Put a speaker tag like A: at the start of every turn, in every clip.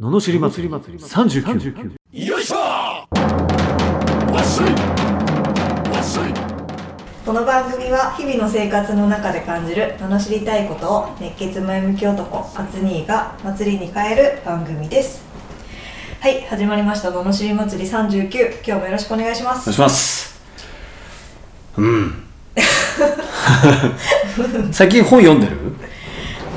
A: ののしり祭り39
B: よいしょわっしょいわっしょい
C: この番組は日々の生活の中で感じる罵りたいことを熱血前向き男アツニーが祭りに変える番組ですはい始まりました罵り祭り39今日もよろしくお願いしま
B: お願い
C: す
B: しますうん最近本読んでる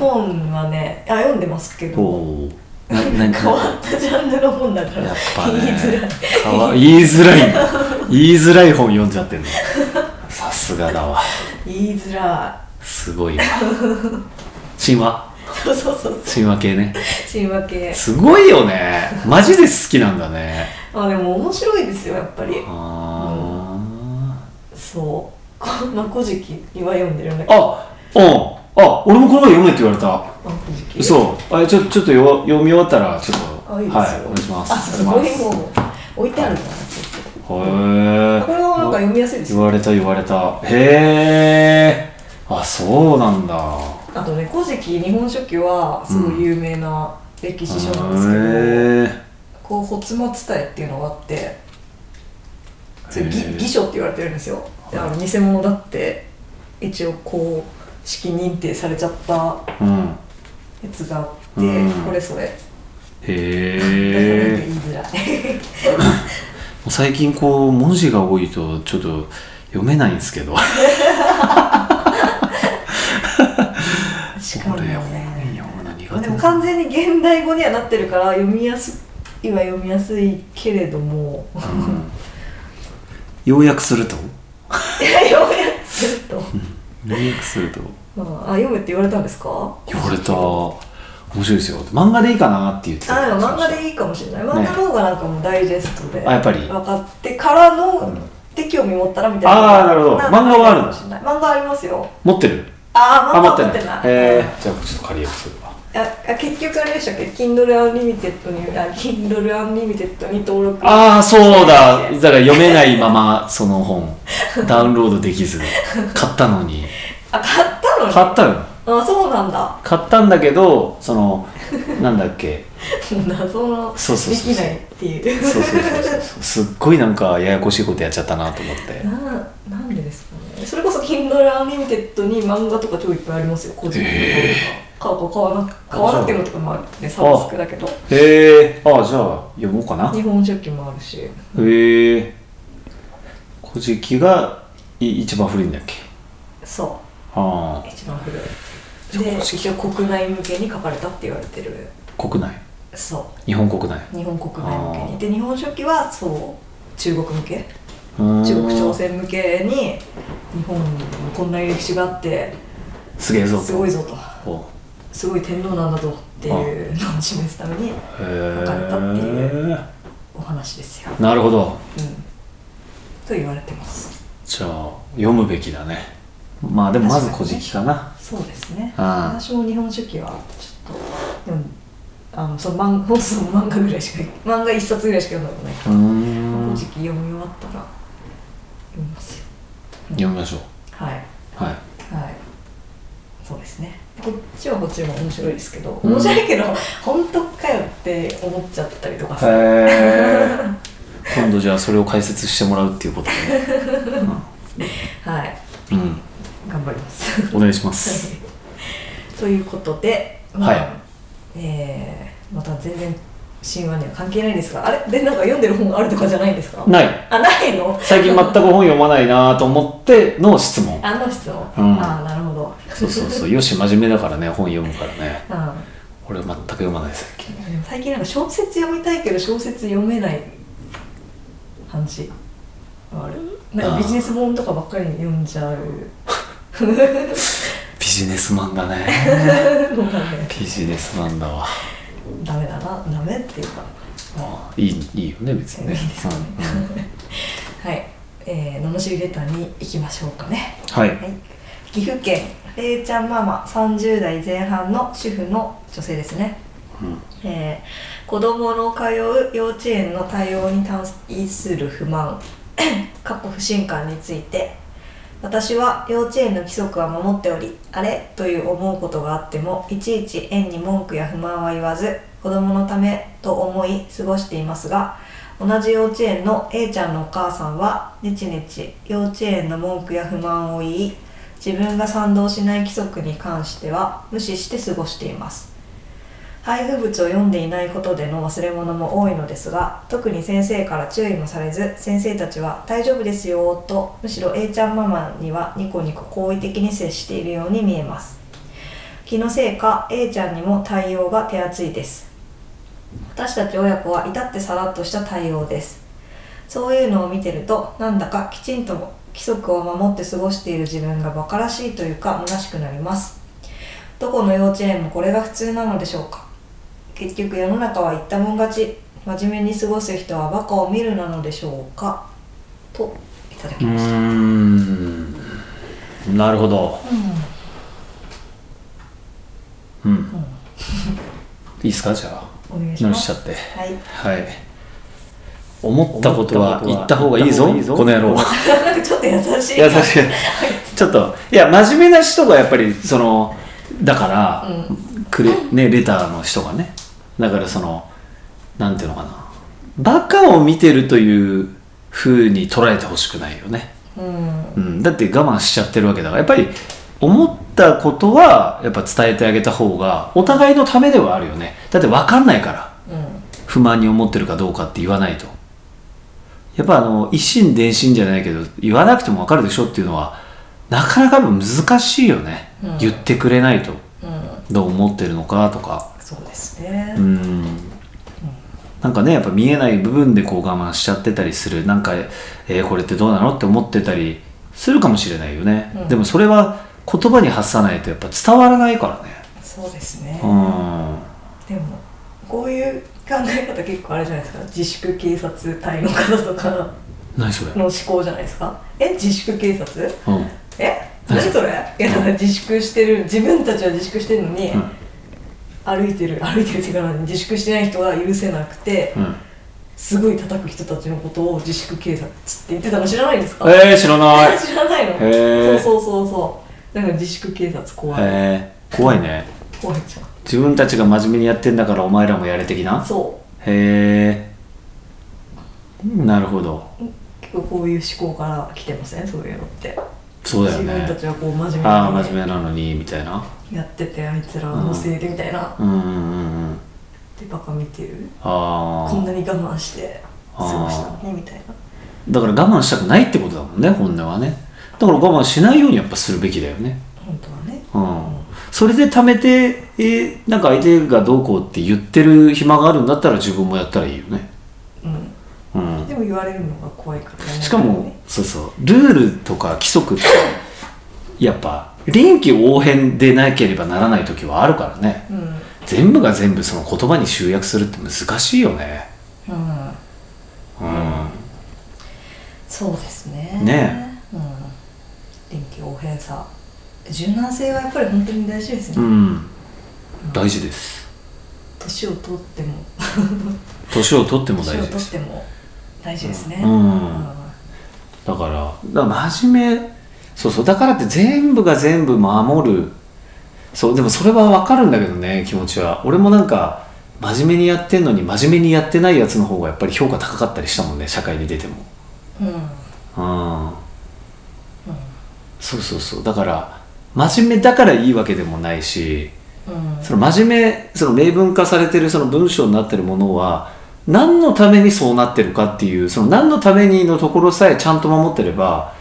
C: 本はねあ読んでますけど
B: おななん
C: 変わ
B: か
C: ったジャンルの本だから
B: やっぱね
C: 言いづらい
B: かわ言いづらいな言いづらい本読んじゃってんのさすがだわ
C: 言いづら
B: すごいわ神話
C: いそうそうそう
B: 神話系ね
C: チーム系
B: すごいよねマジで好きなんだね
C: あでも面白いですよやっぱり
B: あ
C: そうこまあ古事記は読んでるんだ
B: ー
C: けど
B: あうんあ俺もこの前読めって言われた
C: あ古事記
B: そう、あれちょちょっとよ読み終わったらちょっと
C: あいいですよ
B: はいお願いします。
C: あすご
B: お願
C: い
B: しま
C: もう置いてあるんだな
B: へえ。
C: これはなんか読みやすいです
B: 言
C: よ
B: われた言われた。へえ。あそうなんだ。へ
C: あとね「古事記」「日本書紀」はすごい有名な歴史書なんですけど、
B: え。
C: こう「仏間伝え」っていうのがあってそれ
B: へー
C: 偽偽書って言われてるんですよであの偽物だって一応公式認定されちゃったや
B: うん。
C: つがあっ
B: う
C: て、
B: ん
C: これそれだからなんか
B: へえ。
C: 言いづらい
B: 最近こう文字が多いとちょっと読めないんですけど。
C: しかも
B: 俺本
C: ね
B: 読むの苦手な
C: まあ
B: んだ
C: でも完全に現代語にはなってるから読みやすいは読みやすいけれども
B: うん要約すると。
C: ようやくすると、
B: 要約すると。
C: まあ、あ読むって言われたんですか
B: 言われた。面白いですよ。漫画でいいかなって言ってた。
C: あでも漫画でいいかもしれない漫画の方がなんかもうダイジェストで
B: あやっぱり
C: 分かってからの、
B: ん
C: で興味持ったらみたいな
B: あーなるほど
C: んか
B: 漫画はあるの
C: かもしれない漫画ありますよ
B: 持ってる
C: ああ
B: あ
C: 漫画
B: 持
C: は
B: って
C: 持
B: な
C: っ
B: い
C: てない
B: えー、じゃあちょっと借りようそれは
C: ああ結局あれでしたっけ Kindle Unlimited にあ Kindle Unlimited に登録
B: ああそうだだから読めないままその 本ダウンロードできず買ったのに
C: あ買ったのに
B: 買ったの
C: あそうなんだ
B: 買ったんだけどそのなんだっけ
C: もう 謎ので
B: そうそうそうそう
C: きないっていう
B: そうそうそうそうすっごいなんかややこしいことやっちゃったなと思 って
C: ななんでですかねそれこそ Kindle Unlimited に漫画とか超いっぱいありますよ個人の買うか買わな買わなくてもとかもあるねサブスクだけど
B: へえああじゃあ読もうかな
C: 日本書紀もあるし
B: へえ古事記がい一番古いんだっけ
C: そ
B: あ
C: う一番古いで一応国内向けに書かれたって言われてる
B: あ国内
C: そ
B: 日本国内
C: う日本国内向け
B: あー
C: にで日本書紀はそう中国向け
B: うーん
C: 中国朝鮮向けに日本にもこんな歴史があって
B: すげえぞ
C: すごいぞと
B: お
C: すごい天皇なんだぞっていうのを示すために
B: へ
C: かったってい
B: え
C: お話ですよ
B: なるほど
C: うんと言われてます
B: じゃあ読むべきだねまあでもまず「古事記」かな
C: そうですね
B: ああ
C: 私も日本書紀はちょっとでもあのその漫放送の漫画ぐらいしか 漫画一冊ぐらいしか読んだことないうか
B: ー
C: ら
B: ん
C: 古事記読み終わったら読みますよ
B: 読みましょう
C: はい
B: はい
C: はいそうですねこっちはこっちでも面白いですけど面白いけど、本当かよって思っちゃったりとかさ、
B: へえ今度じゃあそれを解説してもらうっていうことで
C: はい
B: うん
C: 頑張ります
B: お願いします
C: ということで、
B: はい
C: えーまた全然神話には関係ないんですがあれでなんか読んでる本があるとかじゃないんですか
B: ない
C: あないの
B: 最近全く本読まないなと思っての質問
C: あの質問、
B: うん
C: ああなるほど
B: そうそうそうよし真面目だからね本読むからね
C: うん
B: 俺全く読まない最近
C: でも最近なんか小説読みたいけど小説読めない話あるなんかビジネス本とかばっかり読んじゃう
B: ビジネスマンだ ね
C: のがね
B: ビジネスマンだわ
C: ダメだなダメっていうか
B: あいいいいよね別にね
C: いいですよね
B: うんうん
C: はいえー、ののしりレターに行きましょうかね
B: はい
C: はい、岐阜県れいちゃんママ30代前半の主婦の女性ですね、
B: うん
C: えー子供の通う幼稚園の対応に対する不満 過去不信感について私は幼稚園の規則は守っておりあれという思うことがあってもいちいち園に文句や不満は言わず子供のためと思い過ごしていますが同じ幼稚園の A ちゃんのお母さんはネチネチ幼稚園の文句や不満を言い自分が賛同しない規則に関しては無視して過ごしています配布物を読んでいないことでの忘れ物も多いのですが特に先生から注意もされず先生たちは「大丈夫ですよ」とむしろ A ちゃんママにはニコニコ好意的に接しているように見えます気のせいか A ちゃんにも対応が手厚いです私たち親子は至ってさらっとした対応ですそういうのを見てるとなんだかきちんと規則を守って過ごしている自分が馬鹿らしいというか虚しくなりますどこの幼稚園もこれが普通なのでしょうか結局世の中は言ったもん勝ち真面目に過ごす人はバカを見るなのでしょうかといただき
B: うー
C: ました、
B: んなるほどうん、いいっすかじゃあ
C: うん、お願いし
B: 直
C: ま
B: しち
C: す
B: ゃって
C: はい
B: はい思ったことは言った方がいいぞ
A: 思ったことはいいぞ
B: この野 郎
C: なんかちょっと優しい
B: いや確かにちょっといや真面目な人がやっぱりそのだから、くれねレターの人がねだからそのなんていうのかなバカを見てるというふうに捉えてほしくないよね、
C: うん
B: うん、だって我慢しちゃってるわけだからやっぱり思ったことはやっぱ伝えてあげた方がお互いのためではあるよねだって分かんないから
C: うん
B: 不満に思ってるかどうかって言わないとやっぱあの一心伝心じゃないけど言わなくても分かるでしょっていうのはなかなかやっぱ難しいよね、
C: うん
B: 言ってくれないと
C: うん
B: どう思ってるのかとか
C: そうですね
B: うんなんかねやっぱ見えない部分でこう我慢しちゃってたりするなんか、えーこれってどうなのって思ってたりするかもしれないよね、
C: うん
B: でもそれは言葉に発さないとやっぱ伝わらないからね
C: そうですね
B: うん
C: でもこういう考え方結構あれじゃないですか自粛警察隊の方とか
B: 何それ、
C: の思考じゃないですかえ自粛警察
B: うん
C: え何それいやだから自粛してる自分たちは自粛してるのに、
B: うん
C: 歩いてる歩いてるっていうか何自粛してない人が許せなくて、
B: うん、
C: すごい叩く人たちのことを自粛警察って言ってたの知らないですか
B: えー、知らない
C: 知らないの、
B: へー
C: そうそうそうそうだから自粛警察怖い、
B: えー、怖いね
C: 怖いじゃ
B: 自分たちが真面目にやってんだからお前らもやれ的なん
C: そう
B: へえなるほど
C: 結構こういう思考から来てませんそういうのって
B: そうだよ
C: 自分た
B: ね
C: ちはこう真面目に
B: ああ真面目なのにみたいな
C: やっててあいつらのせいでみたいな、
B: うんうんうんうん
C: でバカ見てる
B: あ
C: こんなに我慢して過ごしたのにみたいな
B: あだから我慢したくないってことだもんね本音はねだから我慢しないようにやっぱするべきだよね
C: 本当はね
B: うんそれで貯めて、えーなんか相手がどうこうって言ってる暇があるんだったら自分もやったらいいよね
C: うん
B: うん
C: でも言われるのが怖いからね
B: しかもそうそうルールとか規則ってやっぱ臨機応変でなければならない時はあるからね
C: うんうん
B: 全部が全部その言葉に集約するって難しいよねうん
C: そうですね
B: ね
C: うん臨機応変さ柔軟性はやっぱり本当に大事ですね、
B: うん大事です
C: 年を取っても
B: 年を取っても
C: 年
B: 大
C: を
B: 事で
C: 取っ
B: す
C: ても大事ですね
B: うんだからだから真面目そうそうだからって全部が全部守るそうでもそれは分かるんだけどね気持ちは俺もなんか真面目にやってんのに真面目にやってないやつの方がやっぱり評価高かったりしたもんね社会に出ても
C: うん、うん
B: うんそうそうそうだから真面目だからいいわけでもないし
C: うん
B: その真面目その明文化されてるその文章になってるものは何のためにそうなってるかっていうその何のためにのところさえちゃんと守ってれば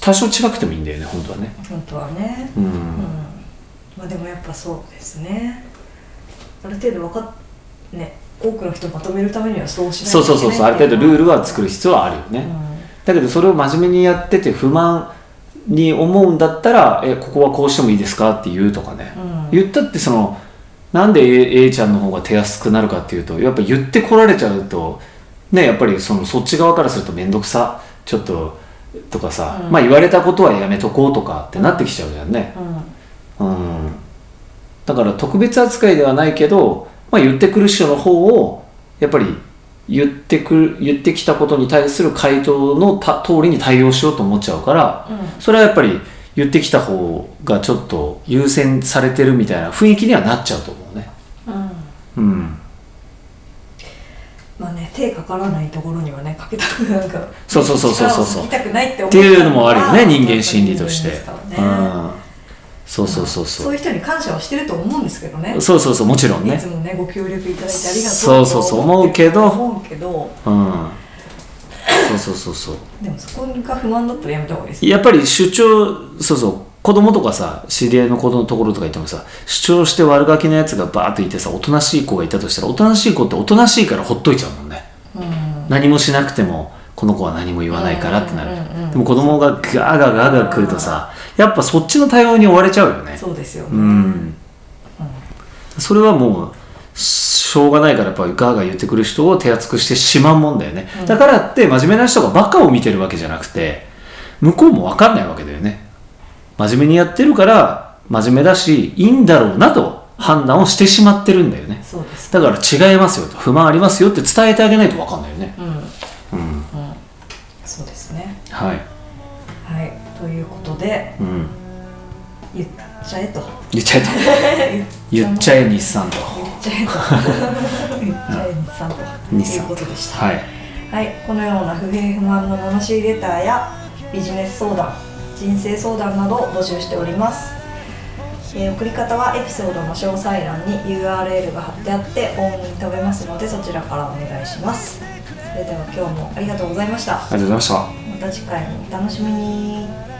B: 多少違くてもいいんだよね本当はね
C: 本当はね
B: うん、
C: うんまあでもやっぱそうですねある程度わかっね多くの人をまとめるためにはそうしない
B: そうそうそうそうある程度ルールは作
C: る
B: る必要はあるよね、
C: うん
B: だけどそれを真面目にやってて不満に思うんだったら「えここはこうしてもいいですか?」って言うとかね、
C: うん
B: 言ったってそのなんで A, A ちゃんの方が手厚くなるかっていうとやっぱ言ってこられちゃうとねやっぱりそのそっち側からすると面倒くさちょっととかさ、
C: うん
B: まあ言われたことはやめとこうとかってなってきちゃうじゃんね、
C: うん
B: うん、だから特別扱いではないけど、まあ、言ってくる人の方をやっぱり言ってくる言ってきたことに対する回答のた通りに対応しようと思っちゃうからそれはやっぱり言ってきた方がちょっと優先されてるみたいな雰囲気にはなっちゃうと思うね。
C: うん
B: うん、
C: まあね手かからないところにはねかけたくなんか
B: そうそうそうそうそうそう
C: 力を注ぎたくないって思
B: っ
C: ってて
B: いうのもあるよね人間心理として、
C: ね、
B: うんそうそうそう
C: そ
B: そうう
C: いう人に感謝はしてると思うんですけどね
B: そうそうそうもちろん
C: い
B: ね
C: つもねご協力いただいてありがとう
B: そうそうそう思うけど
C: 思うけど
B: うんそうそうそうそう
C: でもそこが不満だったらやめた方がいいです
B: やっぱり主張そうそう子供とかさ知り合いの子のところとか行ってもさ主張して悪ガキのやつがバーっていてさおとなしい子がいたとしたらおとなしい子っておとなしいからほっといちゃうもんね
C: うん
B: 何もしなくてもこの子は何も言わないからってなる、
C: うんうんうん
B: でも子供がガーガーガーガー来るとさやっぱそっちの対応に追われちゃうよね
C: そうですよね、
B: うんそれはもうしょうがないからやっぱりガーガー言ってくる人を手厚くしてしまうもんだよね、
C: うん
B: だからって真面目な人がバカを見てるわけじゃなくて向こうも分かんないわけだよね真面目にやってるから真面目だしいいんだろうなと判断をしてしまってるんだよね
C: そうです
B: だから違いますよと不満ありますよって伝えてあげないと分かんないよね
C: うんうん
B: うん
C: そうですね
B: はい、
C: はいということで
B: うん、
C: 言っちゃえと
B: 言っちゃえと言っちゃえ日産 と
C: 言っちゃえと言っちゃえ日 産と
B: 日
C: いう
B: 産
C: ことでした
B: はい
C: はい、このような不平不満の罵りレターやビジネス相談、人生相談などを募集しております。えー送り方はエピソードの詳細欄に URL が貼ってあって応募に飛べますのでそちらからお願いします。それでは今日もありがとうございました。
B: ありがとうございました
C: また次回もお楽しみに。